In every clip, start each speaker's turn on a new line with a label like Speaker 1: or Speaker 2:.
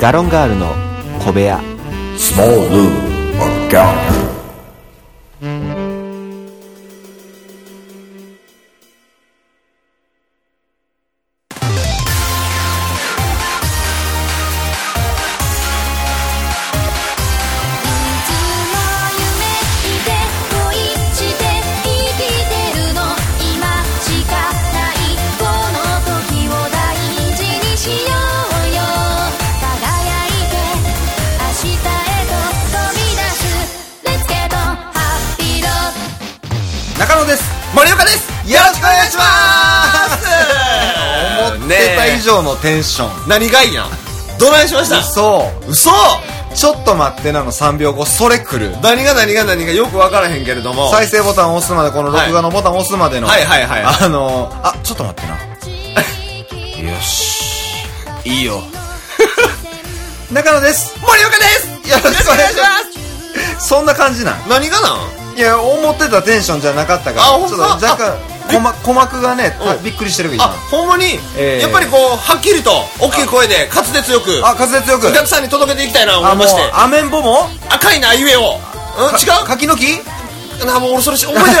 Speaker 1: ガロンガールの小部屋
Speaker 2: Small Lou McGallagher.
Speaker 3: いつも夢見て恋して生きてるの今しかないこの時を大事にしようよ輝いて明日へと飛び出す Let's get on happy road
Speaker 4: 中野です
Speaker 5: 森岡です
Speaker 4: よろしくお願いします思
Speaker 5: 思っ
Speaker 4: ってて
Speaker 5: た
Speaker 4: た
Speaker 5: 以
Speaker 4: 以上のテンション
Speaker 5: 何がいいやんどないしました
Speaker 4: そう
Speaker 5: 嘘
Speaker 4: ちょっと待ってなの3秒後それ来る
Speaker 5: 何が何が何がよく分からへんけれども
Speaker 4: 再生ボタンを押すまでこの録画のボタンを押すまでの、
Speaker 5: はいはいはいは
Speaker 4: あのー、あちょっと待って なよし
Speaker 5: いいいよ
Speaker 4: 中野です
Speaker 5: 森岡です
Speaker 4: よろしくお願いしますそんな感じなん
Speaker 5: 何がなん
Speaker 4: いや思ってたテンションじゃなかったから
Speaker 5: あ
Speaker 4: ち
Speaker 5: ほ
Speaker 4: ょ
Speaker 5: ん
Speaker 4: っ
Speaker 5: ま
Speaker 4: と若
Speaker 5: あ
Speaker 4: 干鼓膜鼓膜がね、た
Speaker 5: うん
Speaker 4: びっくりしてるけど
Speaker 5: あほんまに、
Speaker 4: えー
Speaker 5: やっぱりこうはっきりと大きい声で滑舌よく
Speaker 4: あ風強く
Speaker 5: お客さんに届けていきたいな思
Speaker 4: あ
Speaker 5: い
Speaker 4: も
Speaker 5: ま
Speaker 4: う
Speaker 5: して
Speaker 4: アメンボも
Speaker 5: 赤いなゆえを、うん、違う
Speaker 4: 柿の木
Speaker 5: なもう俺それし覚え て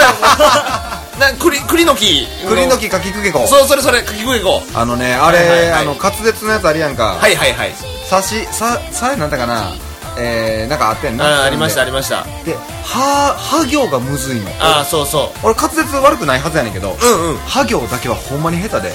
Speaker 5: ないな栗栗の木
Speaker 4: 栗の木柿くけこ
Speaker 5: そうそれそれかき氷こ
Speaker 4: あのねあれ、
Speaker 5: はいはいはい
Speaker 4: あの滑舌のやつあるやんか、
Speaker 5: はいはいはい
Speaker 4: さしささえなんだかなえー、なんかあってんな
Speaker 5: あーありましたあ
Speaker 4: で
Speaker 5: りました
Speaker 4: はは行がむずいの
Speaker 5: ああそうそ
Speaker 4: 俺滑舌悪くないはずやねんけど
Speaker 5: ううんうん
Speaker 4: は行だけはほんまに下手で
Speaker 5: は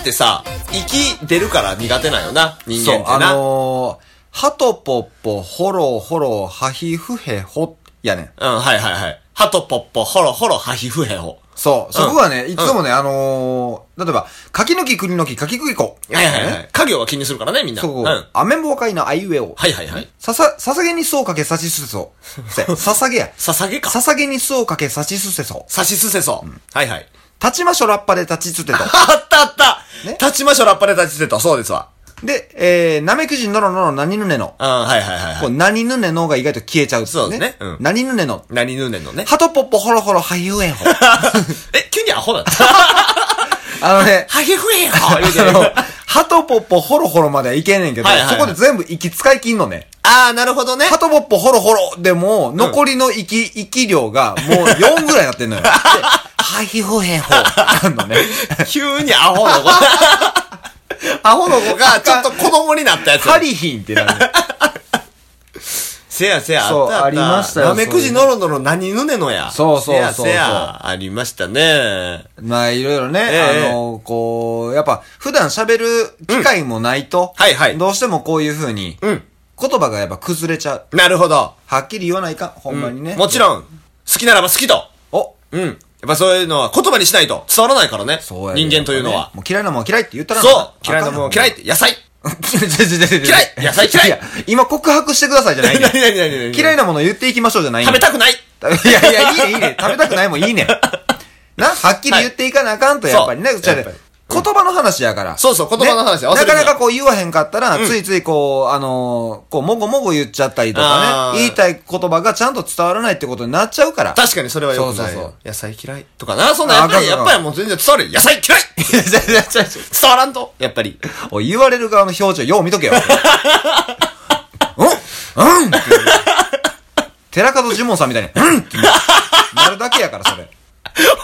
Speaker 5: ってさ息出るから苦手なんよな人
Speaker 4: そう
Speaker 5: 間って
Speaker 4: あ
Speaker 5: な、
Speaker 4: のー、はとぽっぽほろほろはひふへほやねん
Speaker 5: うんはいはいはいはとぽっぽほろほろはひふへほ
Speaker 4: そう。
Speaker 5: うん
Speaker 4: そこはね、いつもね、あのー、例えば、柿の木、栗の木、柿食い子。
Speaker 5: はいはいは
Speaker 4: ね
Speaker 5: い家業は気にするからねみんな
Speaker 4: そう
Speaker 5: うん、は
Speaker 4: アメンボ若いな、あいうえお。
Speaker 5: いはいはい
Speaker 4: ささ、ささげにそうかけさしすせそ。せ、 ささげや。
Speaker 5: ささげか
Speaker 4: ささげにそうかけさしすせそ。
Speaker 5: さしすせそ、はいはい。
Speaker 4: 立ちましょラッパで立ちつてと
Speaker 5: あったあった、
Speaker 4: ね
Speaker 5: 立ちましょラッパで立ちてとそうですわ
Speaker 4: で、えー、なめくじのろのろ何ぬねの。
Speaker 5: うんはいはいはい
Speaker 4: こう、
Speaker 5: はい
Speaker 4: 何ぬねのが意外と消えちゃう、
Speaker 5: そうですねうん
Speaker 4: 何ぬねの。
Speaker 5: 何ぬねんのね
Speaker 4: はとぽっぽほろほろはゆえん ほ。
Speaker 5: え急にアホだった
Speaker 4: あのね、
Speaker 5: はひふ へ
Speaker 4: あ
Speaker 5: ほ言うてる
Speaker 4: の、はとぽっぽほろほろまではいけんねんけど、
Speaker 5: はいはいはい
Speaker 4: そこで全部息使い切んのね。
Speaker 5: ああなるほどね
Speaker 4: ハトボッポホロホロでも、残りの息、息量がもう4ぐらいなってん のよ。でハヒホヘホ。なんのね。
Speaker 5: 急にアホの子アホの子がちょっと子供になったやつ
Speaker 4: ハリヒンってな る。
Speaker 5: せやせや、
Speaker 4: そう
Speaker 5: ったった
Speaker 4: ありましたよ
Speaker 5: なめく
Speaker 4: そうい
Speaker 5: じ
Speaker 4: う
Speaker 5: のろのろ何ぬねのや。
Speaker 4: そうそうそうそう
Speaker 5: せやせや、ありましたね。
Speaker 4: まあ、いろいろね、
Speaker 5: ええ
Speaker 4: あの、こう、やっぱ、普段喋る機会もないと、
Speaker 5: うんはいはい
Speaker 4: どうしてもこういう風に、
Speaker 5: うん。
Speaker 4: 言葉がやっぱ崩れちゃう。
Speaker 5: なるほど。
Speaker 4: はっきり言わないかん、ほんまにね。
Speaker 5: もち
Speaker 4: ん。
Speaker 5: ろん、好きならば好きと。
Speaker 4: お
Speaker 5: うん。やっぱそういうのは言葉にしないと伝わらないからね。
Speaker 4: そうやね
Speaker 5: 人間というのは。
Speaker 4: もう嫌いなもんは嫌いって言ったら
Speaker 5: そう嫌いなもんは嫌いっ
Speaker 4: い。
Speaker 5: て、野菜
Speaker 4: 嫌
Speaker 5: 嫌い 野菜嫌い
Speaker 4: 今告白してくださいじゃないねん
Speaker 5: 何何何何何
Speaker 4: 嫌いなもの言っていきましょうじゃないねん
Speaker 5: 食べたくな い
Speaker 4: いやいや、いいね、いいね。食べたくないもんい いね。な、はっきり言っていかなあかんと、
Speaker 5: はい
Speaker 4: やっぱりね、
Speaker 5: そう
Speaker 4: うちは
Speaker 5: や
Speaker 4: ね
Speaker 5: っぱり
Speaker 4: 言葉の話やから。
Speaker 5: そうそう言葉の話
Speaker 4: ね
Speaker 5: 忘れ
Speaker 4: な
Speaker 5: るな
Speaker 4: かなかこう言わへんかったら、ついついこう、あのー、こう、もごもご言っちゃったりと
Speaker 5: あ
Speaker 4: か
Speaker 5: ー
Speaker 4: ね、言いたい言葉がちゃんと伝わらないってことになっちゃうから。
Speaker 5: 確かにそれはよく
Speaker 4: そう
Speaker 5: な
Speaker 4: そ
Speaker 5: いう
Speaker 4: そう
Speaker 5: よ。野菜嫌いとかな、そんなやっぱり、
Speaker 4: ああかんあ
Speaker 5: や
Speaker 4: かん
Speaker 5: っぱりもう全然伝わる。野菜嫌い伝わらんと。やっぱり。
Speaker 4: おい言われる側の表情、よう見とけよ。 うんうんっていう寺門ジモンさんみたいに、うんっていうなるだけやから、それ。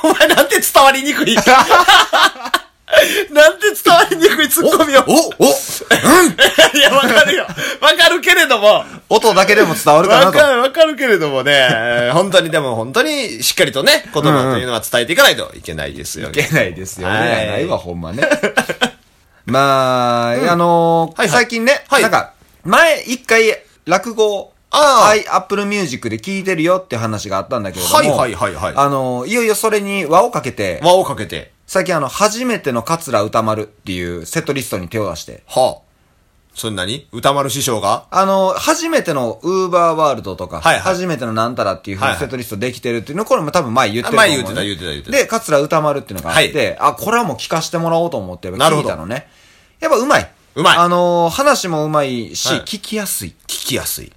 Speaker 5: お前なんて伝わりに くい。なんて伝わりにくいツッコミを。
Speaker 4: おお
Speaker 5: いや、わかるよ。わかるけれども。わ
Speaker 4: 音だけでも伝わるかな
Speaker 5: か
Speaker 4: と。
Speaker 5: る、わかるけれどもね。本当に、でも本当に、しっかりとね、言葉というのは伝えていかないといけないですよね。
Speaker 4: いけないですよね。
Speaker 5: はい
Speaker 4: やないわ、ほんまね。まあ、あのー
Speaker 5: はいはい
Speaker 4: 最近ね、
Speaker 5: はい
Speaker 4: なんか、前一回落語を、
Speaker 5: ああ
Speaker 4: はい、Apple Music で聞いてるよって話があったんだけれども、
Speaker 5: はいはいはいはい
Speaker 4: あのーいよいよそれに輪をかけて、
Speaker 5: 輪をかけて。
Speaker 4: 最近あの、初めての桂歌丸っていうセットリストに手を出して、
Speaker 5: はあ。そんなに歌丸師匠が
Speaker 4: あの、初めてのウーバーワールドとか、
Speaker 5: はいはい
Speaker 4: 初めてのなんたらっていうふう
Speaker 5: はい
Speaker 4: に
Speaker 5: はい
Speaker 4: セットリストできてるっていうの、これも多分前言ってると
Speaker 5: あ
Speaker 4: 思う、
Speaker 5: 前言ってた言ってた言ってた
Speaker 4: で、桂歌丸っていうのがあって、あ、これはもう聞かせてもらおうと思って、
Speaker 5: なる
Speaker 4: 聞
Speaker 5: ほ
Speaker 4: い
Speaker 5: ど
Speaker 4: たのね。やっぱうまい。
Speaker 5: うまい
Speaker 4: あのー話もうまいし、
Speaker 5: はい
Speaker 4: 聞きやすい。
Speaker 5: 聞きやすい。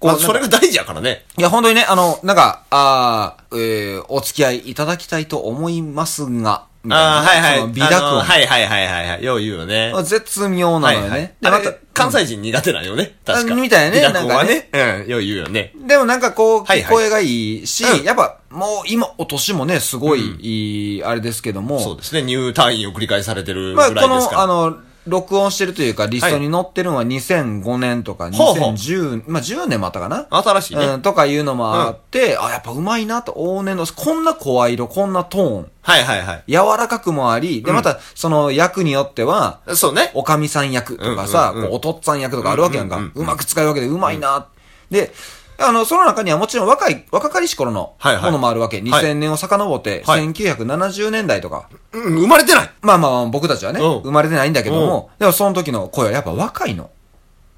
Speaker 4: こう
Speaker 5: まあ、
Speaker 4: なんか
Speaker 5: それが大事やからね。
Speaker 4: いや、本当にね、あの、なんか、あーえー、お付き合いいただきたいと思いますが、みたいな。
Speaker 5: ああ、はいはい。
Speaker 4: その美濁
Speaker 5: あの
Speaker 4: 音。
Speaker 5: はいはいはいはいはい。よう言うよね。
Speaker 4: 絶妙な
Speaker 5: は
Speaker 4: の
Speaker 5: い
Speaker 4: よね。
Speaker 5: はい。
Speaker 4: で、
Speaker 5: あ
Speaker 4: ま
Speaker 5: れ
Speaker 4: た、
Speaker 5: 関西人苦手なんよね。確か。
Speaker 4: あみたいね
Speaker 5: 美濁音は
Speaker 4: なん
Speaker 5: ね。うん。よう言うよね。
Speaker 4: でもなんかこう、
Speaker 5: はい
Speaker 4: 聞
Speaker 5: はい
Speaker 4: こえがいいし、
Speaker 5: うん
Speaker 4: やっぱもう今、お年もね、すごい、いいあれですけども、
Speaker 5: そうですね。入退院を繰り返されてるぐ
Speaker 4: ま
Speaker 5: ら
Speaker 4: あ、
Speaker 5: い
Speaker 4: こ
Speaker 5: ですから。
Speaker 4: の、あの、録音してるというか、リストに載ってるのは2005年とか、
Speaker 5: ほうほう
Speaker 4: 2010、まあ10年もあったかな。
Speaker 5: 新しいね。
Speaker 4: うん、とかいうのもあって、あ、やっぱうまいなと、往年の、こんな声色、こんなトーン、
Speaker 5: はいはいは
Speaker 4: 柔らかくもあり、で、また、その役によっては、
Speaker 5: い。そうね。
Speaker 4: おかみさん役とかさ、
Speaker 5: うんうんうん
Speaker 4: こうおとっつぁん役とかあるわけやんか。
Speaker 5: う
Speaker 4: うん
Speaker 5: うん
Speaker 4: まく使うわけでうまいな。で、あの、その中にはもちろん若い、若かりし頃の
Speaker 5: はいはい
Speaker 4: ものもあるわけ。
Speaker 5: はい
Speaker 4: 2000年を遡って、
Speaker 5: はい
Speaker 4: 1970年代とか。
Speaker 5: うん生まれてない
Speaker 4: まあまあ、僕たちはね、
Speaker 5: うん
Speaker 4: 生まれてないんだけども、でもその時の声はやっぱ若いの。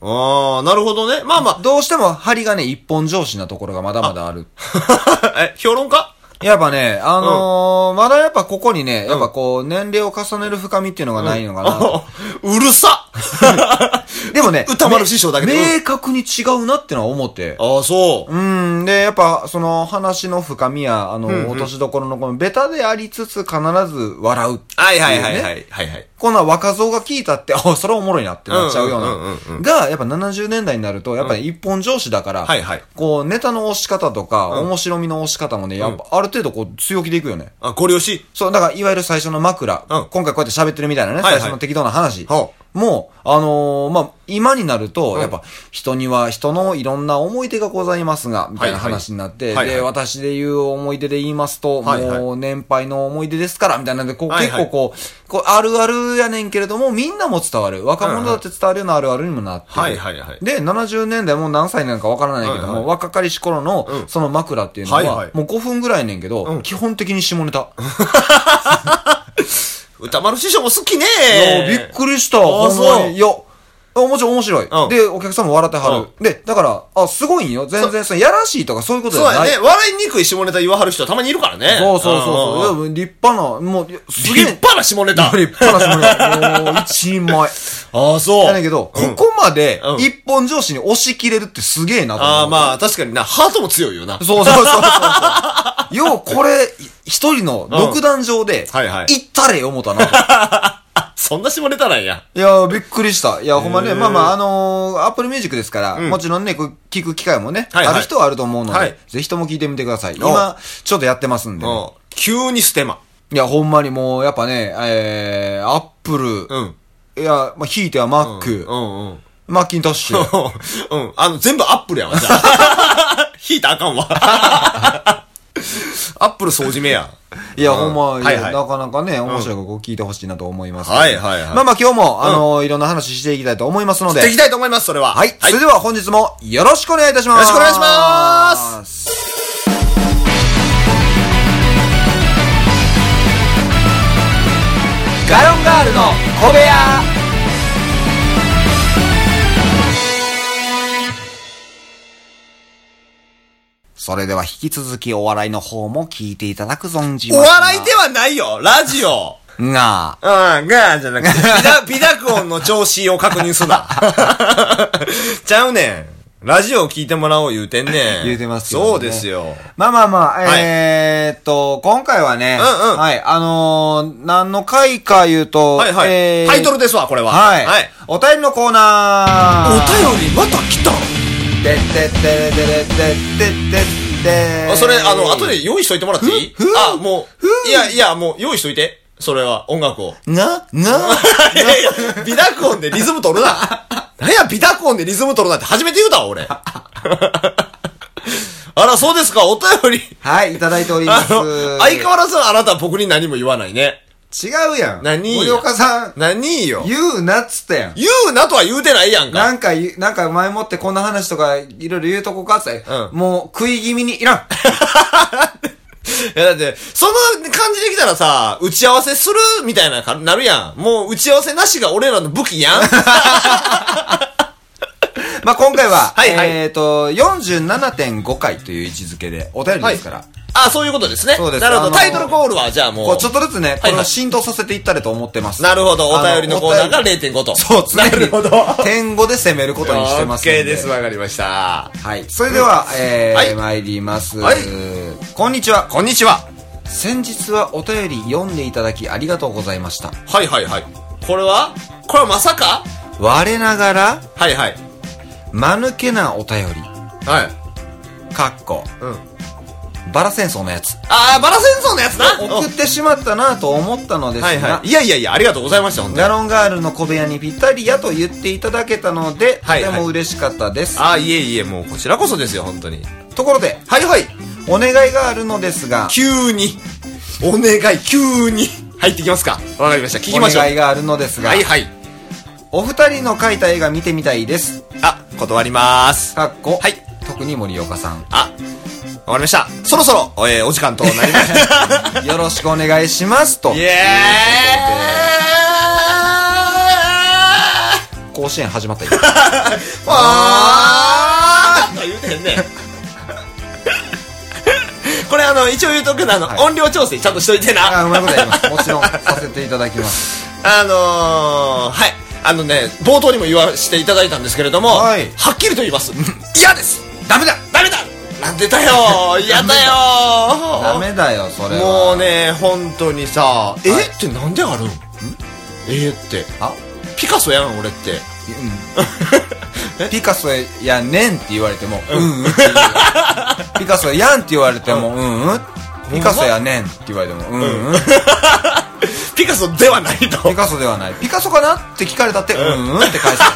Speaker 5: ああ、なるほどね。まあ ま
Speaker 4: どうしても針がね、一本上司なところがまだまだある。
Speaker 5: あ。え、評論家
Speaker 4: やっぱね、あのーまだやっぱここにね、やっぱこう、年齢を重ねる深みっていうのがないのかな。
Speaker 5: うるさ
Speaker 4: でもね、
Speaker 5: 歌丸師匠だけど
Speaker 4: 明確に違うなってのは思って。
Speaker 5: ああ、そう。
Speaker 4: うん、で、やっぱ、その話の深みや、あの、
Speaker 5: んうん
Speaker 4: 落としどころのこの、ベタでありつつ必ず笑うってうね
Speaker 5: はいはいはいはい。はいはい。
Speaker 4: こんな若造が聞いたって、 あ、それおもろいなってなっちゃうよう
Speaker 5: うんうんうんう
Speaker 4: な。が、やっぱ70年代になると、やっぱり一本上司だから、
Speaker 5: はいはい
Speaker 4: こう、ネタの押し方とか、
Speaker 5: うん
Speaker 4: 面白みの押し方もね、やっぱ、ある程度こう、強気でいくよね。
Speaker 5: あ、ご了承。
Speaker 4: そう、だから、いわゆる最初の枕、
Speaker 5: うん
Speaker 4: 今回こうやって喋ってるみたいなね、
Speaker 5: はいはい
Speaker 4: 最初の適当な話。
Speaker 5: ほ
Speaker 4: もう、あのーまあ、今になると、
Speaker 5: ん
Speaker 4: やっぱ、人には人のいろんな思い出がございますが、みたいな話になって、
Speaker 5: はいはいはい
Speaker 4: で、
Speaker 5: はい
Speaker 4: 私で言う思い出で言いますと、
Speaker 5: はいはい
Speaker 4: もう、年配の思い出ですから、みたいなんで、こう、
Speaker 5: はいはい
Speaker 4: 結構こう、こう、あるあるやねんけれども、みんなも伝わる。若者だって伝わるようなあるあるにもなってる。
Speaker 5: はいはいはい。
Speaker 4: で、70年代もう何歳なのかわからないけども、
Speaker 5: はいはい
Speaker 4: 若かりし頃の
Speaker 5: うん
Speaker 4: その枕っていうのは、
Speaker 5: はいはい
Speaker 4: もう5分ぐらいねんけど、
Speaker 5: うん
Speaker 4: 基本的に下ネタ。
Speaker 5: 歌丸師匠も好きね
Speaker 4: いやびっくりした。ほんま
Speaker 5: そう
Speaker 4: に。いや、あもちろん面白い。
Speaker 5: うん
Speaker 4: で、お客さんも笑ってはる。で、だから、あ、すごいんよ。全然、そのやらしいとかそういうことじゃ
Speaker 5: そうや
Speaker 4: ない。
Speaker 5: ね。笑いにくい下ネタ言わはる人はたまにいるからね。
Speaker 4: そうそうそうそう
Speaker 5: うんうんうん。
Speaker 4: いや立派な、もう、いやす
Speaker 5: 立
Speaker 4: げえ。
Speaker 5: 派な下ネタ。
Speaker 4: 立派な人もいるもう一人前。
Speaker 5: ああ、 そう。
Speaker 4: やねんけど、ここまで
Speaker 5: う、ん
Speaker 4: 一本上司に押し切れるってすげえなと思う。
Speaker 5: ああ、まあ、確かにな、ハートも強いよな。
Speaker 4: そうそうそうそうそう。よう、これ、一人の独壇場で、
Speaker 5: はいはい
Speaker 4: 行ったれ、思ったな。
Speaker 5: そんな下ネタなんや。
Speaker 4: いやー、びっくりした。いや、ほんまね、
Speaker 5: へー
Speaker 4: まあまあ、あのー、Apple Music ですから、もちろんね、こう聞く機会もね、
Speaker 5: はいはい
Speaker 4: ある人はあると思うので、
Speaker 5: はい
Speaker 4: ぜひとも聞いてみてください。今、ちょっとやってますんでね、
Speaker 5: うん。急にステマ。
Speaker 4: いや、ほんまにもう、やっぱね、えー、Apple、
Speaker 5: うん。
Speaker 4: いや、まあ、ひいては
Speaker 5: うん
Speaker 4: Mac、
Speaker 5: うんうん。
Speaker 4: マッキントッシュ。
Speaker 5: うん。あの、全部アップルやわ、じゃ あ。引いたらあかんわ。アップル掃除目や。
Speaker 4: いや、ほんま、いや
Speaker 5: はいはい
Speaker 4: なかなかね、面白いこう聞いてほしいなと思います、
Speaker 5: はいはいはい
Speaker 4: まあまあ、今日も、あのーいろんな話していきたいと思いますので。
Speaker 5: できたいと思います、それは。
Speaker 4: はい。それでは本日もよろしくお願いいたします。。
Speaker 5: よろしくお願いします
Speaker 4: ガロンガールの小部屋それでは引き続きお笑いの方も聞いていただく存じ
Speaker 5: お
Speaker 4: ますが
Speaker 5: 笑いではないよ、ラジオ。
Speaker 4: が、
Speaker 5: うん、がーじゃ なくて、美濁美濁音の調子を確認すな。 ちゃうねん。ラジオを聞いてもらおう言うてんねん。
Speaker 4: 言うてますよね
Speaker 5: そうですよ。
Speaker 4: まあまあまあ、えーっと、今回はね、
Speaker 5: うんうん
Speaker 4: はい、あのー、何の回か言うと、
Speaker 5: はいはい、
Speaker 4: えー
Speaker 5: タイトルですわ、これは。
Speaker 4: はい、
Speaker 5: はい。
Speaker 4: お便りのコーナー
Speaker 5: お便りまた来た
Speaker 4: りてってってれてれてってってって
Speaker 5: あそれ、あの、後で用意しといてもらっていい
Speaker 4: ふふ
Speaker 5: あ、もう、いやいや、もう用意しといて。それは、音楽を。
Speaker 4: な、な、
Speaker 5: いやいや、美濁音でリズム取る な。何や、美濁音でリズム取るなって初めて言うたわ、俺。 あら、そうですか、お便り。
Speaker 4: はい、いただいておりま
Speaker 5: あ
Speaker 4: す。
Speaker 5: の、相変わらずあなたは僕に何も言わないね。
Speaker 4: 違うやん。
Speaker 5: 何
Speaker 4: 森岡さん、
Speaker 5: 何よ。
Speaker 4: 言うなっつったやん。
Speaker 5: 言うなとは言うてないやん
Speaker 4: な
Speaker 5: か。
Speaker 4: んか言う、なんか前もってこんな話とかいろいろ言うとこかっつって、
Speaker 5: うん
Speaker 4: もう食い気味にいらん。
Speaker 5: いや、だって、その感じできたらさ、打ち合わせするみたいなか、なるやん。もう打ち合わせなしが俺らの武器 やん。
Speaker 4: まあ、今回は、
Speaker 5: はいはい
Speaker 4: えっ、と、47.5回という位置づけでお便りですから、
Speaker 5: あ、そういうことですね。
Speaker 4: そうです
Speaker 5: なるほ
Speaker 4: あ
Speaker 5: ど。
Speaker 4: のー
Speaker 5: タイトルコールは、じゃあもう。
Speaker 4: こうちょっとずつね、これ
Speaker 5: はいは
Speaker 4: を
Speaker 5: い
Speaker 4: 浸透させていったらと思ってます。
Speaker 5: なるほど。お便りのコーナー
Speaker 4: あ
Speaker 5: が
Speaker 4: のお便り
Speaker 5: 0.5と。
Speaker 4: そう、常
Speaker 5: な
Speaker 4: に
Speaker 5: るほど。
Speaker 4: 点5で攻めることにしてますんで。
Speaker 5: OK です。わかりました。
Speaker 4: はい。それでは、えー
Speaker 5: はい
Speaker 4: 参ります、
Speaker 5: はい
Speaker 4: こんにちは。
Speaker 5: こんにちは。
Speaker 4: 先日はお便り読んでいただきありがとうございました。
Speaker 5: はいはいはい。これはこれはまさか
Speaker 4: 我ながら、
Speaker 5: はいはい。
Speaker 4: 間抜けなお便り。
Speaker 5: はい。
Speaker 4: かっこ、
Speaker 5: うん。
Speaker 4: バラ戦争のやつ。
Speaker 5: あー、バラ戦争のやつな
Speaker 4: 送ってしまったなと思ったのですが、
Speaker 5: はいはい。いやいやいや、ありがとうございました、本当に
Speaker 4: ガロンガールの小部屋にぴったりやと言っていただけたので、
Speaker 5: はいはい
Speaker 4: とても嬉しかったです。
Speaker 5: あー、いえいえ、もうこちらこそですよ、本当に。
Speaker 4: ところで、
Speaker 5: はいはい。
Speaker 4: お願いがあるのですが、
Speaker 5: 急に。お願い、急に。入ってきますかわかりました。聞き
Speaker 4: お
Speaker 5: ましょう。
Speaker 4: 願いがあるのですが、
Speaker 5: はいはい。
Speaker 4: お二人の描いた絵が見てみたいです。
Speaker 5: あ、断りまーす。
Speaker 4: かっこ、
Speaker 5: はい。
Speaker 4: 特に森岡さん
Speaker 5: あ、わかりました。そろそろ、えー、お時間となりました。
Speaker 4: よろしくお願いします。と。
Speaker 5: イエーイ
Speaker 4: 甲子園始まった よ。
Speaker 5: あー言うてんね。これあの、一応言うとくけど、あの、
Speaker 4: はい
Speaker 5: 音量調整ちゃんとしといてな。
Speaker 4: あ、うまいことやります。もちろん、させていただき ます。
Speaker 5: あのー、はい。あのね、冒頭にも言わせていただいたんですけれども、
Speaker 4: はい
Speaker 5: はっきりと言います。嫌です
Speaker 4: ダメだ
Speaker 5: ダメだなんでだ よ嫌だよ
Speaker 4: ダメだよ、それは。
Speaker 5: もうね、本当にさ、え
Speaker 4: はい
Speaker 5: ってなんであるんえって。
Speaker 4: あ、
Speaker 5: ピカソやん、俺って。
Speaker 4: うん。ピカソやねんって言われても、うんうんって言うよ。 ピカソやんって言われても、うんうん。ピカソやねんって言われても、うんうん。
Speaker 5: ピカソではないと
Speaker 4: ピ。カソではない。ピカソかなって聞かれたって、うんうんって返す。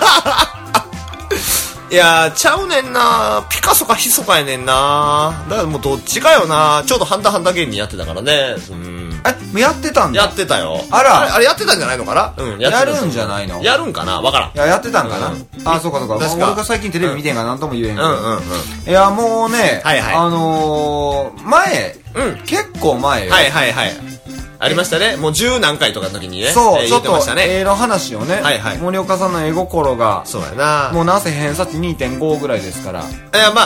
Speaker 5: いやー、ちゃうねんなピカソかヒソかやねんなだからもうどっちかよなちょうどハンターハンター芸人やってたからね。うん。
Speaker 4: え、もうやってたんだ。
Speaker 5: やってたよ。
Speaker 4: あら
Speaker 5: れあれやってたんじゃないのかなうん、やってた
Speaker 4: やるんじゃないの
Speaker 5: やるんかなわからん
Speaker 4: い。や、やってたんかな、
Speaker 5: うん
Speaker 4: あ、そうかそうか。
Speaker 5: 確か
Speaker 4: まあ俺が最近テレビ見てんから何とも言えへんけど。
Speaker 5: うんうんうん。
Speaker 4: いや、もうね、
Speaker 5: はいはい
Speaker 4: あのー、前、
Speaker 5: うん
Speaker 4: 結構前よ
Speaker 5: はいはいはい。ありましたね。もう十何回とかの時にね。
Speaker 4: そう、
Speaker 5: えー
Speaker 4: ちょ
Speaker 5: 言
Speaker 4: っ
Speaker 5: ってました
Speaker 4: と、
Speaker 5: ね。
Speaker 4: 絵の話をね、
Speaker 5: はいはい
Speaker 4: 森岡さんの絵心が、
Speaker 5: そうやな
Speaker 4: もうなんせ偏差値2.5ぐらいですから。
Speaker 5: いや、ま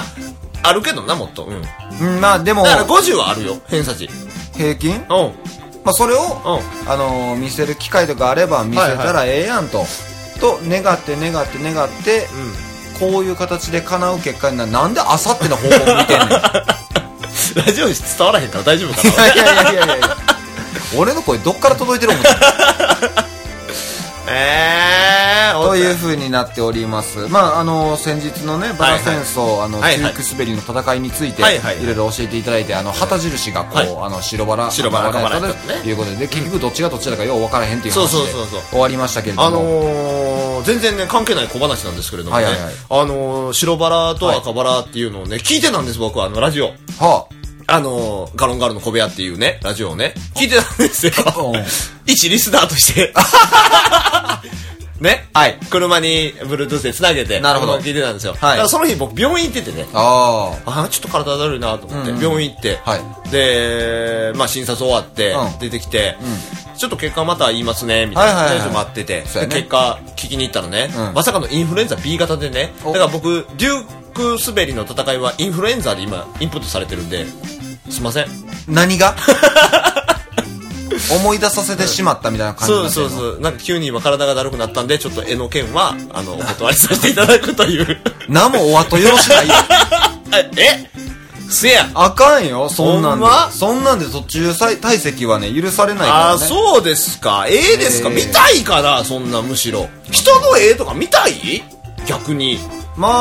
Speaker 5: あ、あるけどな、もっと。うん。だ
Speaker 4: うん、まあでも、
Speaker 5: から50はあるよ、偏差値。
Speaker 4: 平均
Speaker 5: うん。うん。
Speaker 4: まあそれを、あのー見せる機会とかあれば見せたらええやんと。と、願って願って願って、
Speaker 5: うん。
Speaker 4: こういう形で叶う結果になる。なんであさっての方向見てんの い
Speaker 5: ラジオに伝わらへんから大丈夫かな
Speaker 4: やいやいやいやいや。俺の声どっから届いてる 思ってんの
Speaker 5: ええー、
Speaker 4: という
Speaker 5: う。
Speaker 4: ふうになっております。まあ、あの、先日のね、バラ戦争、あの、
Speaker 5: はいはい
Speaker 4: 中クスベリの戦いについて、
Speaker 5: はいいはい
Speaker 4: ろいろ教えていただいて、あの、旗印がこう、
Speaker 5: はい
Speaker 4: あの、白バラ、
Speaker 5: 白バラ
Speaker 4: 赤
Speaker 5: 赤バラやったね
Speaker 4: ということで、で結局どっちがどっちだかよう分からへんっていう話で、
Speaker 5: そうそうそうそう
Speaker 4: 終わりましたけれども、
Speaker 5: あのー、全然ね、関係ない小話なんですけれどもね。
Speaker 4: はいはいはい
Speaker 5: あのー、白バラと赤バラっていうのをね、聞いてたんです、僕は、あの、ラジオ。
Speaker 4: は
Speaker 5: あのー、ガロンガールの小部屋っていうね、ラジオをね、聞いてたんですよ
Speaker 4: うん。
Speaker 5: 一リスナーと して。ね。
Speaker 4: はい。
Speaker 5: 車に Bluetooth で繋げて、
Speaker 4: なるほど
Speaker 5: 聞いてたんですよ。
Speaker 4: はい
Speaker 5: だからその日僕、病院行っててね。
Speaker 4: あ、あ
Speaker 5: あーちょっと体だるいなと思って、
Speaker 4: うんうん
Speaker 5: 病院行って、
Speaker 4: はい
Speaker 5: で、まあ、診察終わって、
Speaker 4: うん
Speaker 5: 出てきて、ちょっと結果また言いますねみたいな、
Speaker 4: はいはいはい
Speaker 5: ちょっと待ってて、
Speaker 4: そうやね
Speaker 5: で結果聞きに行ったらね、
Speaker 4: うん
Speaker 5: まさかのインフルエンザ B 型でね
Speaker 4: お
Speaker 5: だから僕デューク滑りの戦いはインフルエンザで今インプットされてるんですいません
Speaker 4: ー、何が 思い出させてしまったみたいな感じに
Speaker 5: そ
Speaker 4: な
Speaker 5: う
Speaker 4: ってん
Speaker 5: そ
Speaker 4: の
Speaker 5: うそうなんか急に今体がだるくなったんでちょっと絵の件はあのお断りさせていただく という
Speaker 4: 何もお後よろし ないよ。
Speaker 5: えせや
Speaker 4: あかんよ、そんなんで。
Speaker 5: ほんま
Speaker 4: そんなんで途中再退席はね、許されないから、ね。
Speaker 5: ああ、そうですか。ええですか。
Speaker 4: ええ
Speaker 5: 見たいかな、そんなむしろ。人の絵とか見たい逆に。
Speaker 4: ま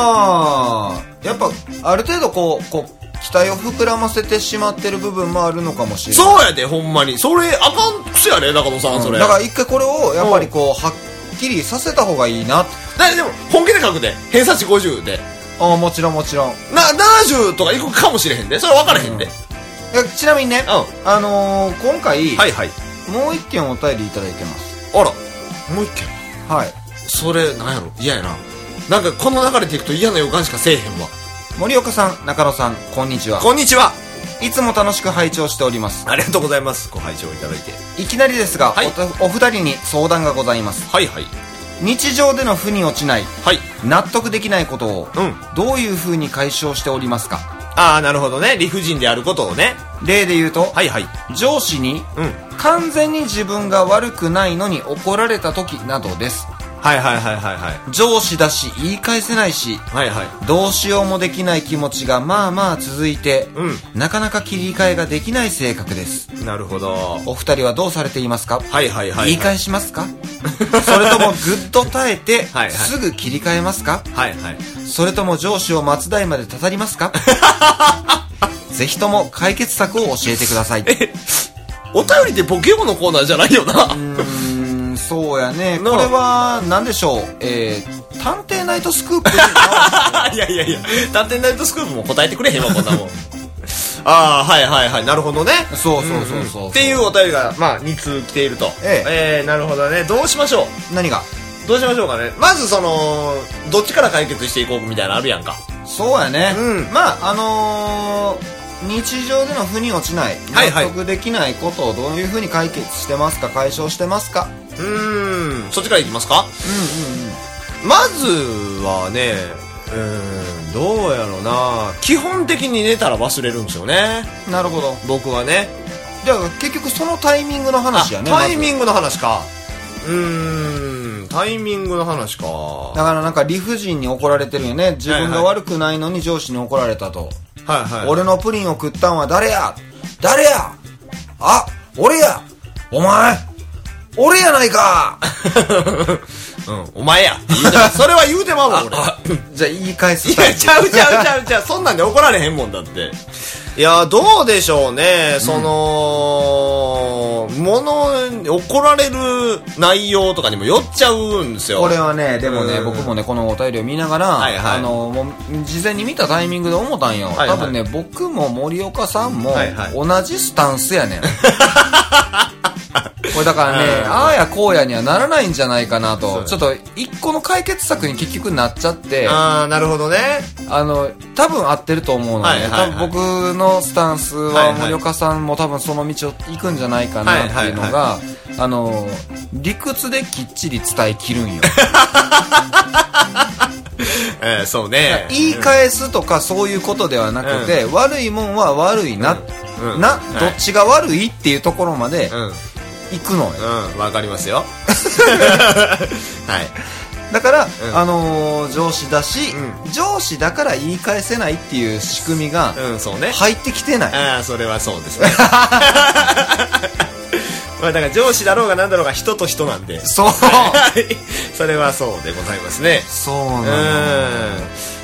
Speaker 4: あ、やっぱ、ある程度こう、こう、期待を膨らませてしまってる部分もあるのかもしれない。
Speaker 5: そうやで、ほんまに。それ、あかんくせやね、中野さん、それ。
Speaker 4: だから一回これを、やっぱりこう、はっきりさせた方がいいなと。
Speaker 5: だでも、本気で書くで。偏差値50で。
Speaker 4: ああ、もちろんもちろん。
Speaker 5: な、70とかいくかもしれへんで。それ分からへんで。
Speaker 4: えちなみにね、
Speaker 5: う
Speaker 4: あのー今回、
Speaker 5: はいはい。
Speaker 4: もう一件お便りいただいてます。
Speaker 5: あら、もう一件。
Speaker 4: はい。
Speaker 5: それ、なんやろ。嫌やな。なんか、この流れでいくと嫌な予感しかせえへんわ。
Speaker 4: 森岡さん、中野さん、こんにちは。
Speaker 5: こんにちは。
Speaker 4: いつも楽しく拝聴しております。
Speaker 5: ありがとうございます。ご拝聴いただいて。
Speaker 4: いきなりですが、
Speaker 5: はい
Speaker 4: おとお二人に相談がございます。
Speaker 5: はいはい。
Speaker 4: 日常での負に落ちない、
Speaker 5: はい。
Speaker 4: 納得できないことを、
Speaker 5: うん
Speaker 4: どういう風に解消しておりますか
Speaker 5: ああ、なるほどね。理不尽であることをね。
Speaker 4: 例で言うと、
Speaker 5: はいはい。
Speaker 4: 上司に、
Speaker 5: うん。
Speaker 4: 完全に自分が悪くないのに怒られた時などです。
Speaker 5: はいはいはいはいはい。
Speaker 4: 上司だし言い返せないし
Speaker 5: はいはい。
Speaker 4: どうしようもできない気持ちがまあまあ続いて、
Speaker 5: う
Speaker 4: なかなか切り替えができない性格です
Speaker 5: なるほど。
Speaker 4: お二人はどうされていますか
Speaker 5: はいはいはい。
Speaker 4: 言い返しますか それともぐっと耐えて
Speaker 5: はいはい
Speaker 4: すぐ切り替えますか
Speaker 5: はいはい。
Speaker 4: それとも上司を松代までたたりますか ぜひとも解決策を教えてください。う
Speaker 5: お便りでボケモのコーナーじゃないよな。
Speaker 4: ーん、そうやね。
Speaker 5: な
Speaker 4: これは、なんでしょう。えー、探偵ナイトスクー プに合わ
Speaker 5: いやいやいや、探偵ナイトスクープも答えてくれへんわ、こん なもん。ああ、はいはいはい、なるほどね。
Speaker 4: せてそうそうそうそう。
Speaker 5: っていうお便りが、まあ、2通来ていると。
Speaker 4: え
Speaker 5: えーなるほどね。どうしましょう
Speaker 4: 何が
Speaker 5: どうしましょうかね。まず、その、どっちから解決していこうみたいなのあるやんか。
Speaker 4: そうやね、
Speaker 5: うん
Speaker 4: まああのー日常での腑に落ちない
Speaker 5: はいはい
Speaker 4: 納得できないことをどういうふうに解決してますか解消してますか
Speaker 5: うーん、そっちからいきますか
Speaker 4: うんうんうん
Speaker 5: まずはね、うーん、どうやろうな。基本的に寝たら忘れるんですよね。
Speaker 4: なるほど
Speaker 5: 僕はね。
Speaker 4: じゃあ結局そのタイミングの話やね
Speaker 5: タイミ
Speaker 4: ング
Speaker 5: ングの話か。うーん、タイミングの話か。
Speaker 4: だからなんか理不尽に怒られてるよね自分が
Speaker 5: は
Speaker 4: 悪くないのに上司に怒られたと、
Speaker 5: はいはい。
Speaker 4: 俺のプリンを食ったんは誰や誰やあ俺やお前俺やないか
Speaker 5: うん、お前や。いいじゃん。それは言うてま うわ、俺。
Speaker 4: じゃあ言い返す
Speaker 5: い
Speaker 4: タイ
Speaker 5: や、
Speaker 4: プ
Speaker 5: ちゃうちゃうちゃうちゃう。そんなんで怒られへんもんだって。いや、どうでしょうね。その、もの、怒られる内容とかにもよっちゃうんですよ。
Speaker 4: これはね、でもね、
Speaker 5: うん
Speaker 4: 僕もね、このお便りを見ながら、
Speaker 5: はいはい
Speaker 4: あの、もう、事前に見たタイミングで思ったんよ。
Speaker 5: いはい
Speaker 4: 多分ね、僕も森岡さんも
Speaker 5: はいはい、
Speaker 4: 同じスタンスや ねん。これだからね、ああやこうやにはならないんじゃないかなと、ちょっと一個の解決策に結局なっちゃって、あ
Speaker 5: あー、なるほどね。
Speaker 4: の、多分合ってると思うの
Speaker 5: は
Speaker 4: で、
Speaker 5: いはいはい
Speaker 4: 多分僕のスタンス
Speaker 5: はい
Speaker 4: は
Speaker 5: はい
Speaker 4: 森岡さんも多分その道を行くんじゃないかなっていうのが、あの、理屈できっちり伝えきるんよ。
Speaker 5: えー、そうね。
Speaker 4: 言い返すとかそういうことではなくて、悪いもんは悪いな、
Speaker 5: うんうん
Speaker 4: な、
Speaker 5: はい
Speaker 4: どっちが悪いっていうところまで
Speaker 5: うん。
Speaker 4: 行くのよ、
Speaker 5: うん、わかりますよ。はい。
Speaker 4: だから、
Speaker 5: ん
Speaker 4: あのー上司だし、
Speaker 5: う
Speaker 4: 上司だから言い返せないっていう仕組みが
Speaker 5: うん、そうね。
Speaker 4: 入ってきてない、
Speaker 5: ああ、それはそうですね。 まあ、だから上司だろうが何だろうが人と人なんで。
Speaker 4: そう
Speaker 5: はいそれはそうでございますね。
Speaker 4: そう
Speaker 5: う
Speaker 4: なの
Speaker 5: ん。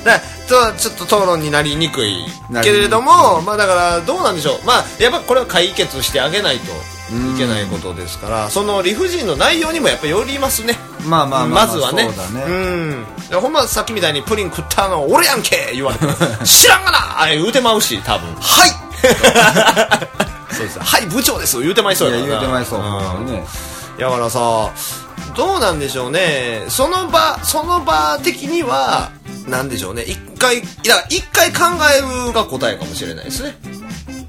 Speaker 5: だからとちょっと討論になりにくい
Speaker 4: なりにくい
Speaker 5: けれども、まあだからどうなんでしょう。まあやっぱこれは解決してあげないといけないことですから、その理不尽の内容にもやっぱよりますね。
Speaker 4: まあまあまあ
Speaker 5: ずはね。
Speaker 4: そうだね
Speaker 5: うん。ほんまさっきみたいにプリン食ったの俺やんけ言わ れても、知らんがなあれ言うてまうし、多分。
Speaker 4: はい
Speaker 5: そうです。はい、部長です言うてまいそう
Speaker 4: い
Speaker 5: や
Speaker 4: や
Speaker 5: からな
Speaker 4: 言うてまいそう、
Speaker 5: ん
Speaker 4: ほんまにね
Speaker 5: だからさどうなんでしょうねその場その場的にはなんでしょうね一回だから一回考えるが答えかもしれないですね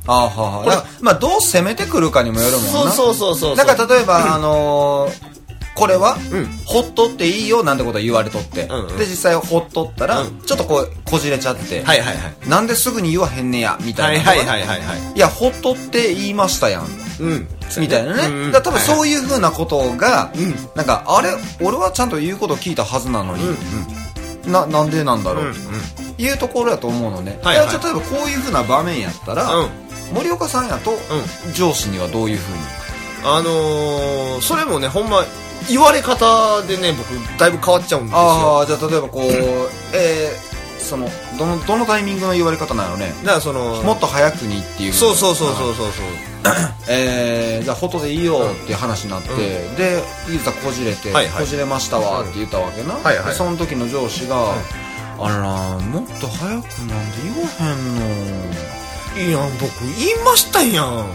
Speaker 4: あーはーはー
Speaker 5: これ
Speaker 4: だからまあどう攻めてくるかにもよるもんな
Speaker 5: そうそうそうそう
Speaker 4: だから例えば、あのーこれは、
Speaker 5: うん
Speaker 4: ほっとっていいよなんてこと言われとって、
Speaker 5: うんうん
Speaker 4: で実際ほっとったら、
Speaker 5: うん
Speaker 4: ちょっとこうこじれちゃって、
Speaker 5: はいはいはい
Speaker 4: なんですぐに言わへんねやみた
Speaker 5: はいい
Speaker 4: な、
Speaker 5: はいはいはいはい
Speaker 4: いやほっとって言いましたやん
Speaker 5: うん
Speaker 4: みたいなね、
Speaker 5: うんうん
Speaker 4: だから多分そういう風なことが、
Speaker 5: いうん
Speaker 4: なんかあれ俺はちゃんと言うこと聞いたはずなのに、
Speaker 5: うん
Speaker 4: ななんでなんだ
Speaker 5: う
Speaker 4: ろ
Speaker 5: ん
Speaker 4: う、いうところやと思うのね、
Speaker 5: はいはい
Speaker 4: だから例えばこういう風な場面やったら、
Speaker 5: うん
Speaker 4: 森岡さんやと、上司にはどういう風に
Speaker 5: あのー、それもねほんま言われ方でね僕だいぶ変わっちゃうんですよ
Speaker 4: ああじゃあ例えばこう、えー、そのどのどのタイミングの言われ方なのね
Speaker 5: だからその
Speaker 4: もっと早くにっていう
Speaker 5: そうそうそうそうそうそう
Speaker 4: えー、じゃあフォトでいいよっていう話になって、でいざこじれて、
Speaker 5: はいはい
Speaker 4: こじれましたわって言ったわけな、
Speaker 5: はいはい
Speaker 4: でその時の上司が、あらもっと早くなんで言わへんの
Speaker 5: いやん僕言いましたやん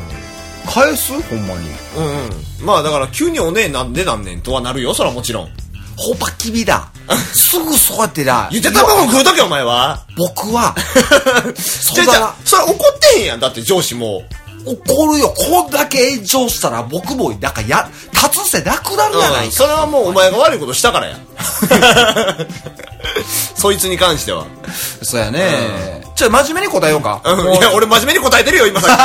Speaker 4: 返すほんまに
Speaker 5: うんうん。まあだから急におねえなんでなんねんとはなるよ、そらもちろん。
Speaker 4: ほばきび だすぐそうやってだ
Speaker 5: ゆで卵食うとけ、お前は。
Speaker 4: 僕 は
Speaker 5: じ
Speaker 4: そ
Speaker 5: ゃ
Speaker 4: う
Speaker 5: じ
Speaker 4: だ
Speaker 5: ゃ
Speaker 4: な
Speaker 5: それ怒ってへんやん。だって上司も。
Speaker 4: 怒るよこんだけ炎上したら僕もなんかや立つせなくなるやないか、
Speaker 5: うんそれはもうお前が悪いことしたからや。 そいつに関しては。
Speaker 4: そうやね、ちょ真面目に答えようか、
Speaker 5: うん
Speaker 4: もう
Speaker 5: いや、俺真面目に答えてるよ、今 さっき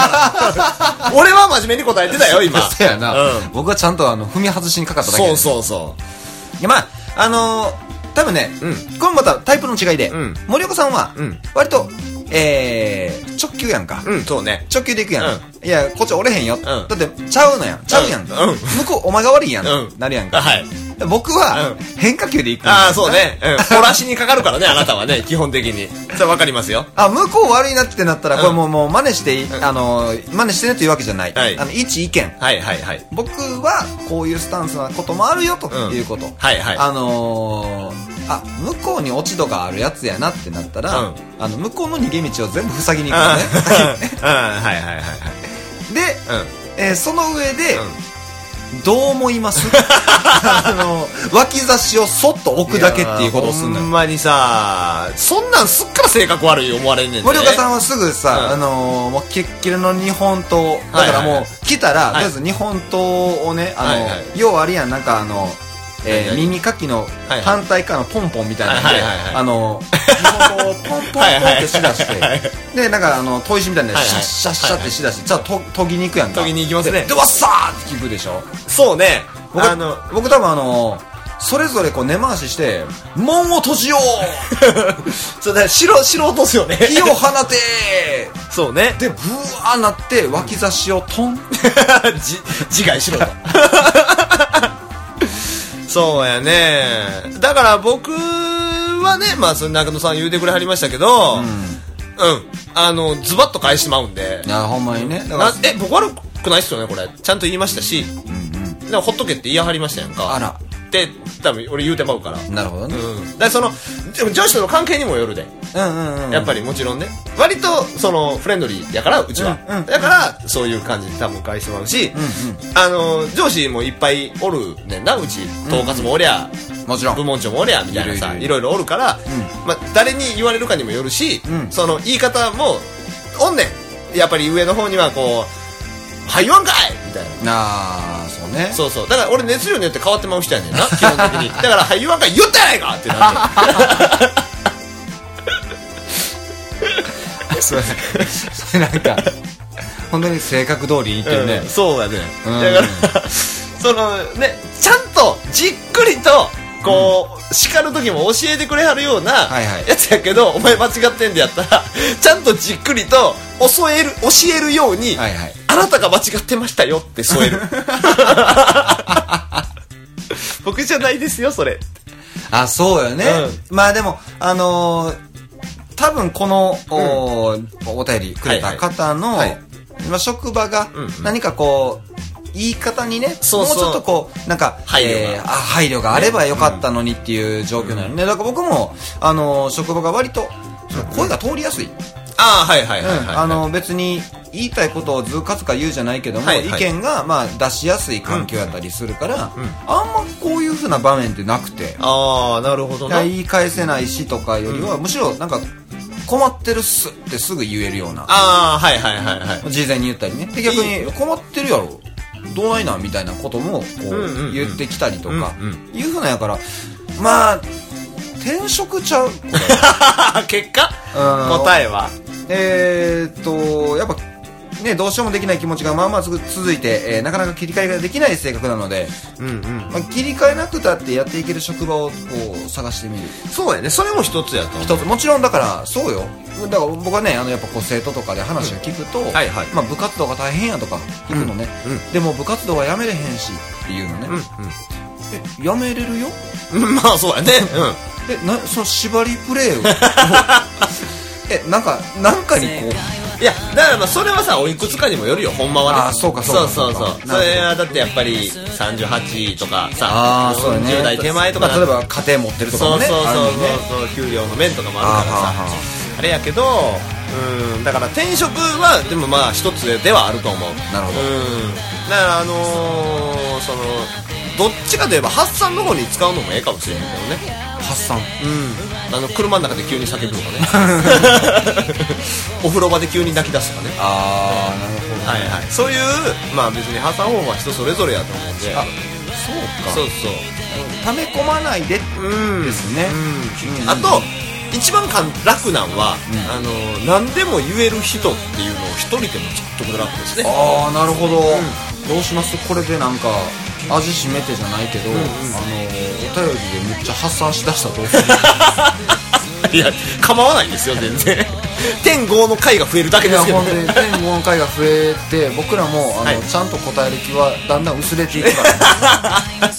Speaker 5: から俺は真面目に答えてたよ、今。
Speaker 4: そうやな、
Speaker 5: うん
Speaker 4: 僕はちゃんとあの踏み外しにかかっただけ
Speaker 5: そう
Speaker 4: う
Speaker 5: そうそう。
Speaker 4: まああのー多分ね、
Speaker 5: うん
Speaker 4: これまたタイプの違いで、
Speaker 5: うん
Speaker 4: 森岡さんは
Speaker 5: うん、
Speaker 4: 割と、えー、直球やんか。
Speaker 5: うん、そうね。
Speaker 4: 直球でいくやん。いや、こっち折れへんよ。
Speaker 5: ん
Speaker 4: だって、ちゃうのやん。ちゃうやん。
Speaker 5: うんうん
Speaker 4: 向こう、お前が悪いやん。
Speaker 5: うん
Speaker 4: なるやんか。
Speaker 5: はい。
Speaker 4: 僕は、
Speaker 5: うん
Speaker 4: 変化球でいくんだ
Speaker 5: ああ、そうね。うん。懲らしにかかるからね、あなたはね、基本的に。それわかりますよ。
Speaker 4: あ、向こう悪いなってなったら、
Speaker 5: うん
Speaker 4: これもう、もう真似してい、
Speaker 5: ん
Speaker 4: あのー、真似してねというわけじゃない。
Speaker 5: はい
Speaker 4: あの、一意見。
Speaker 5: はいはいはい。
Speaker 4: 僕は、こういうスタンスなこともあるよ、ということ。
Speaker 5: はいはい。
Speaker 4: あのー、あ、向こうに落ち度があるやつやなってなったら、
Speaker 5: うん
Speaker 4: あの、向こうの逃げ道を全部塞ぎに行くの
Speaker 5: あ
Speaker 4: ね。
Speaker 5: ーあー、はいはいはいは い。
Speaker 4: で、えーその上で、
Speaker 5: う
Speaker 4: どう思います あのー、脇差しをそっと置
Speaker 5: ん。
Speaker 4: くだけっていうことをするの
Speaker 5: ほん
Speaker 4: よ。
Speaker 5: まにさ、そんなんすっから性格悪い思われんねん
Speaker 4: 森岡さん
Speaker 5: ん
Speaker 4: はすぐさ、
Speaker 5: う
Speaker 4: あのーもうキレッキレの日本刀、だから
Speaker 5: はいはい
Speaker 4: も
Speaker 5: は
Speaker 4: う来たら、
Speaker 5: い
Speaker 4: とりあえず日本刀をね、あのー
Speaker 5: はいはい
Speaker 4: 要はあれやん、なんかあの、えー
Speaker 5: 何々
Speaker 4: 耳かきの
Speaker 5: はい
Speaker 4: 反対側のポンポンみたいなんで、
Speaker 5: はいはいはい
Speaker 4: あのー、日本刀をポンポンポンってしだして、
Speaker 5: はいはい
Speaker 4: で、なんかあの、砥石みたいなんで、
Speaker 5: はいはい
Speaker 4: シャッシャッシャッってしだして、じゃあと研ぎに行くやんか。
Speaker 5: 研ぎに行きますね
Speaker 4: でで、わっさーって聞くでしょ。
Speaker 5: そうね。
Speaker 4: 僕、
Speaker 5: あの、
Speaker 4: 僕多分あのーそれぞれこう根回しして、門を閉じよう
Speaker 5: そうだ、素素人っすよね。
Speaker 4: 火を放て
Speaker 5: そうね。
Speaker 4: で、ブワーなって、脇差しをトン。
Speaker 5: じ自害しろと そうやねだから僕はね、まあ、その中野さん言うてくれはりましたけどうん、あのズバッと返してまうんで
Speaker 4: いや、ほんまにね。だ
Speaker 5: な
Speaker 4: か
Speaker 5: え僕悪くないっすよねこれちゃんと言いましたし、
Speaker 4: ら、うんうん。
Speaker 5: でもほっとけって言いはりましたやんか
Speaker 4: あら
Speaker 5: って多分俺言うてまうから
Speaker 4: なるほどね。
Speaker 5: うん、だからそのでも女子との関係にもよるで、
Speaker 4: うんうんうん。
Speaker 5: やっぱりもちろんね割とそのフレンドリーやからうちは、
Speaker 4: うんうん
Speaker 5: だからそういう感じで多分返してもらうし、
Speaker 4: う
Speaker 5: あの上司もいっぱいおるねんなうち統括もおりゃ、
Speaker 4: もちろん。
Speaker 5: 部門長もおりゃみたいなさ
Speaker 4: いるいるいる
Speaker 5: いろいろおるから、まあ、誰に言われるかにもよるし、
Speaker 4: うん
Speaker 5: その言い方もおんねんやっぱり上の方にはこう「はい言わんかい!」みたいな。
Speaker 4: あー、そうね。
Speaker 5: そうそうだから俺熱量によって変わってまう人やねんな 基本的にだから「はい言わんかい言ったやないか!」ってなって
Speaker 4: それ、それ なんか、本当に性格通りにい ってるね
Speaker 5: うん。そうやね、
Speaker 4: うん
Speaker 5: だから そのねちゃんとじっくりとこう、叱る時も教えてくれはるような
Speaker 4: はいはい
Speaker 5: やつやけど、お前間違ってんでやったら ちゃんとじっくりと教える教えるように、
Speaker 4: はいはい。
Speaker 5: あなたが間違ってましたよって添え る 僕じゃないですよそれ
Speaker 4: あ、そうよね。まあでも、あのー多分この、おーお便りくれた方の、
Speaker 5: はいはい
Speaker 4: まあ職場が
Speaker 5: うんうん
Speaker 4: 何かこう、言い方にね、
Speaker 5: そうそ
Speaker 4: も
Speaker 5: う
Speaker 4: うちょっとこう、なんか、
Speaker 5: 配慮が
Speaker 4: ーあ配慮があればよかったのにっていう状況なのね。だから僕も、あのー職場が割と、その声が通りやすい。
Speaker 5: ああはいはいはいはい、
Speaker 4: うんあの別に言いたいことをずかずか言うじゃないけども、
Speaker 5: はいはい
Speaker 4: 意見がまあ出しやすい環境やったりするから、
Speaker 5: うん
Speaker 4: あんまこういうふうな場面ってなくて、
Speaker 5: ああなるほど
Speaker 4: い
Speaker 5: な
Speaker 4: や言い返せないしとかよりは、むしろなんか困ってるっすってすぐ言えるような
Speaker 5: ああはいはいはいはい
Speaker 4: 事前に言ったりねで逆
Speaker 5: いい
Speaker 4: に困ってるやろどうないなんみたいなこともこ
Speaker 5: うんうんう
Speaker 4: うん言ってきたりとか
Speaker 5: うんう
Speaker 4: いうふうなんやからまあ転職ちゃ うこれ
Speaker 5: あ 結果
Speaker 4: うん
Speaker 5: 答えは
Speaker 4: えーっとやっぱねどうしようもできない気持ちがまあまあつく続いて、えーなかなか切り替えができない性格なので、
Speaker 5: うんうん
Speaker 4: まあ、切り替えなくたってやっていける職場をこう探してみる
Speaker 5: そうやねそれも一つやと思う
Speaker 4: 一つもちろんだからそうよだから僕はねあのやっぱこう生徒とかで話を聞くと、
Speaker 5: はいはい
Speaker 4: まあ、部活動が大変やとか聞くのね、
Speaker 5: うんうん
Speaker 4: でも部活動はやめれへんしっていうのね、えやめれるよ
Speaker 5: うんま あそうやね
Speaker 4: えなその縛りプ レーをえなんかなんかにこう
Speaker 5: うんいやだからまあそれはさおいくつかにもよるよほんまはね
Speaker 4: あーそうかそうか
Speaker 5: そうそう
Speaker 4: そう
Speaker 5: そ
Speaker 4: か
Speaker 5: うそれはだってやっぱり38とかさ
Speaker 4: あーそうだね
Speaker 5: 40代手前とか
Speaker 4: まあ例えば家庭持ってるとか
Speaker 5: そ
Speaker 4: も
Speaker 5: う
Speaker 4: ね
Speaker 5: そうそう
Speaker 4: ある
Speaker 5: そ
Speaker 4: の
Speaker 5: う
Speaker 4: にね
Speaker 5: そう給料の面とかもあるから
Speaker 4: あーはー
Speaker 5: さ
Speaker 4: は
Speaker 5: あれやけどうんだから転職はでもまあ一つではあると思う
Speaker 4: なるほど
Speaker 5: うんだからあのーそのどっちかといえば発散の方に使うのもええかもしれへんけどね
Speaker 4: 発散
Speaker 5: うん、あの車の中で急に叫ぶと かねお風呂場で急に泣き出すとかね
Speaker 4: ああなるほど
Speaker 5: はいはいそういうまあ別に破産方法は人それぞれやと思うんで
Speaker 4: あ
Speaker 5: そ
Speaker 4: そうか
Speaker 5: うそ
Speaker 4: 溜め込まないで
Speaker 5: ううん
Speaker 4: ですね、
Speaker 5: うん
Speaker 4: うん
Speaker 5: あと一番かん楽なんは、あの何でも言える人っていうのを一人でもちょっと楽です ね
Speaker 4: ああなるほど、どうしますこれでなんか味しめてじゃないけど、あのお頼りでめっちゃ発散しだしたと思って
Speaker 5: いや構わないですよ全然 天号の回が増えるだけ
Speaker 4: い
Speaker 5: で
Speaker 4: や
Speaker 5: すけど
Speaker 4: ほんで天5の回が増えて僕らもあの、
Speaker 5: はい
Speaker 4: ちゃんと答える気はだんだん薄れていく から、ね、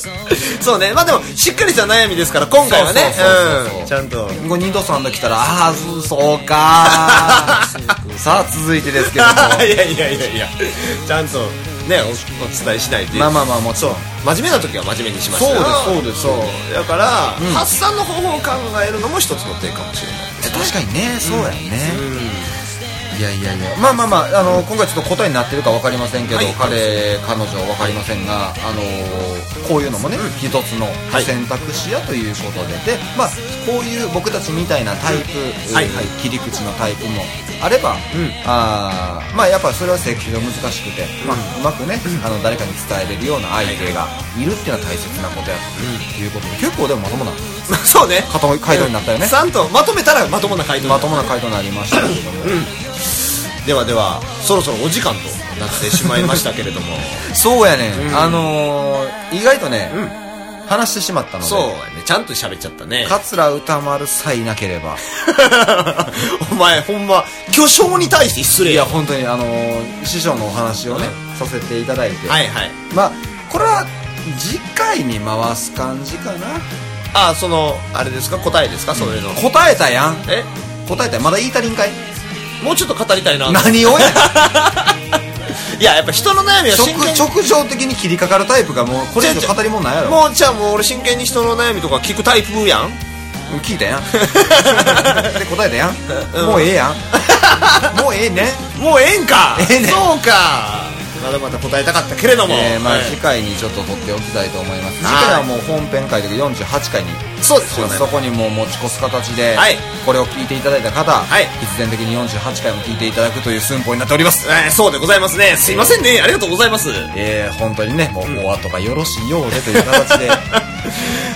Speaker 5: そうねまあでもしっかりした悩みですから今回はね
Speaker 4: そうそうそうそう
Speaker 5: うんちゃんと
Speaker 4: これ2度3度来たらああそうそうか ーさあ続 いてですけども
Speaker 5: いやいやいやいや ちゃんとねおお伝えしないという
Speaker 4: まあまあまあもち
Speaker 5: そ
Speaker 4: ろ
Speaker 5: うん真面目な時は真面目にしました
Speaker 4: そうですそうです
Speaker 5: そうだから、発散の方法を考えるのも一つの手かもしれ ない
Speaker 4: え確かにねそうやね、いやいやいやまあまあまああの今回ちょっと答えになってるか分かりませんけど、
Speaker 5: はい
Speaker 4: 彼彼女は分かりませんが、あのーこういうのもね、一つの
Speaker 5: はい
Speaker 4: 選択肢やということで、でまあこういう僕たちみたいなタイプ、
Speaker 5: はいはい
Speaker 4: 切り口のタイプもあれば、
Speaker 5: うん
Speaker 4: あーまあやっぱそれは設計が難しくて、まあうまくね、あの誰かに伝えれるような相手がいるっていうのは大切なことやということで、結構でもまともな
Speaker 5: まあそうね
Speaker 4: 片思い回答になったよね
Speaker 5: ちゃんとまとめたらまともな回答
Speaker 4: まともな回答になりましたけども、
Speaker 5: ではではそろそろお時間となってしまいましたけれ ども
Speaker 4: そうやね、ん、あのー、意外とね、話してしまったので
Speaker 5: そうやねちゃんと喋っちゃったね
Speaker 4: 桂歌丸さえいなければ
Speaker 5: お前ほんま巨匠に対して失礼
Speaker 4: い
Speaker 5: や
Speaker 4: や本当にあのー、師匠のお話をね、させていただいて、
Speaker 5: はいはい
Speaker 4: まあこれは次回に回す感じかな
Speaker 5: あそのあれですか答えですかそれの、
Speaker 4: 答えたやん
Speaker 5: え
Speaker 4: 答えたやんまだ言いたりんかい
Speaker 5: もうちょっと語りたいな
Speaker 4: 何をや
Speaker 5: いややっぱ人の悩みは真剣
Speaker 4: 直
Speaker 5: に
Speaker 4: 直情的に切りかかるタイプがもうこれ以
Speaker 5: ちょち
Speaker 4: 上
Speaker 5: ょ
Speaker 4: 語りもんないやろ
Speaker 5: もうじゃあもう俺真剣に人の悩みとか聞くタイプやん
Speaker 4: もう聞いた やんで答えたやん、もうええやんもうええね
Speaker 5: もうええんか
Speaker 4: ええね
Speaker 5: そうかまだまだ答えたかったけれども、
Speaker 4: えーま
Speaker 5: は
Speaker 4: あ
Speaker 5: い
Speaker 4: 次回にちょっと取っておきたいと思います次
Speaker 5: はい
Speaker 4: 回はもう本編回というか48回に
Speaker 5: そうですよね
Speaker 4: そこにもう持ち越す形で、
Speaker 5: はい
Speaker 4: これを聞いていただいた方、
Speaker 5: はい
Speaker 4: 必然的に48回も聞いていただくという寸法になっております
Speaker 5: えーそうでございますねすいませんねありがとうございます
Speaker 4: えー、本当にねもうお後がよろしいようでという形 で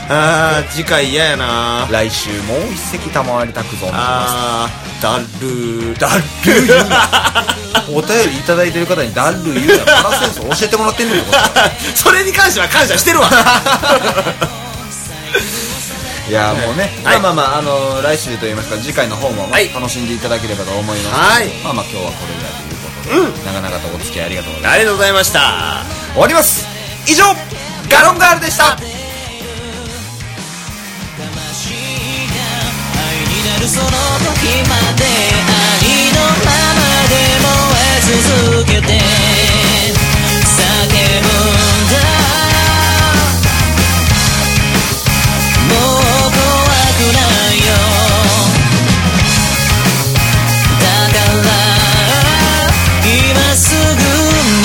Speaker 5: あー次回嫌やな
Speaker 4: 来週もう一席賜りたく存じます
Speaker 5: あー だるだる
Speaker 4: お便りいただいてる方にダル言うなパラセンス教えてもらってんのよこっちは
Speaker 5: それに関しては感謝してるわ
Speaker 4: いやーもうね、
Speaker 5: はい
Speaker 4: まあまあまあ、あのー来週といいますか次回の方も、まあ
Speaker 5: はい
Speaker 4: 楽しんでいただければと思います
Speaker 5: はい
Speaker 4: まあまあ今日はこれぐらいということで、長々とお付き合いありがとうございま
Speaker 5: ありがとうございました
Speaker 4: す終わります以上ガロンガールでした
Speaker 6: その時まで愛のままで燃え続けて叫ぶんだもう怖くないよだから今すぐに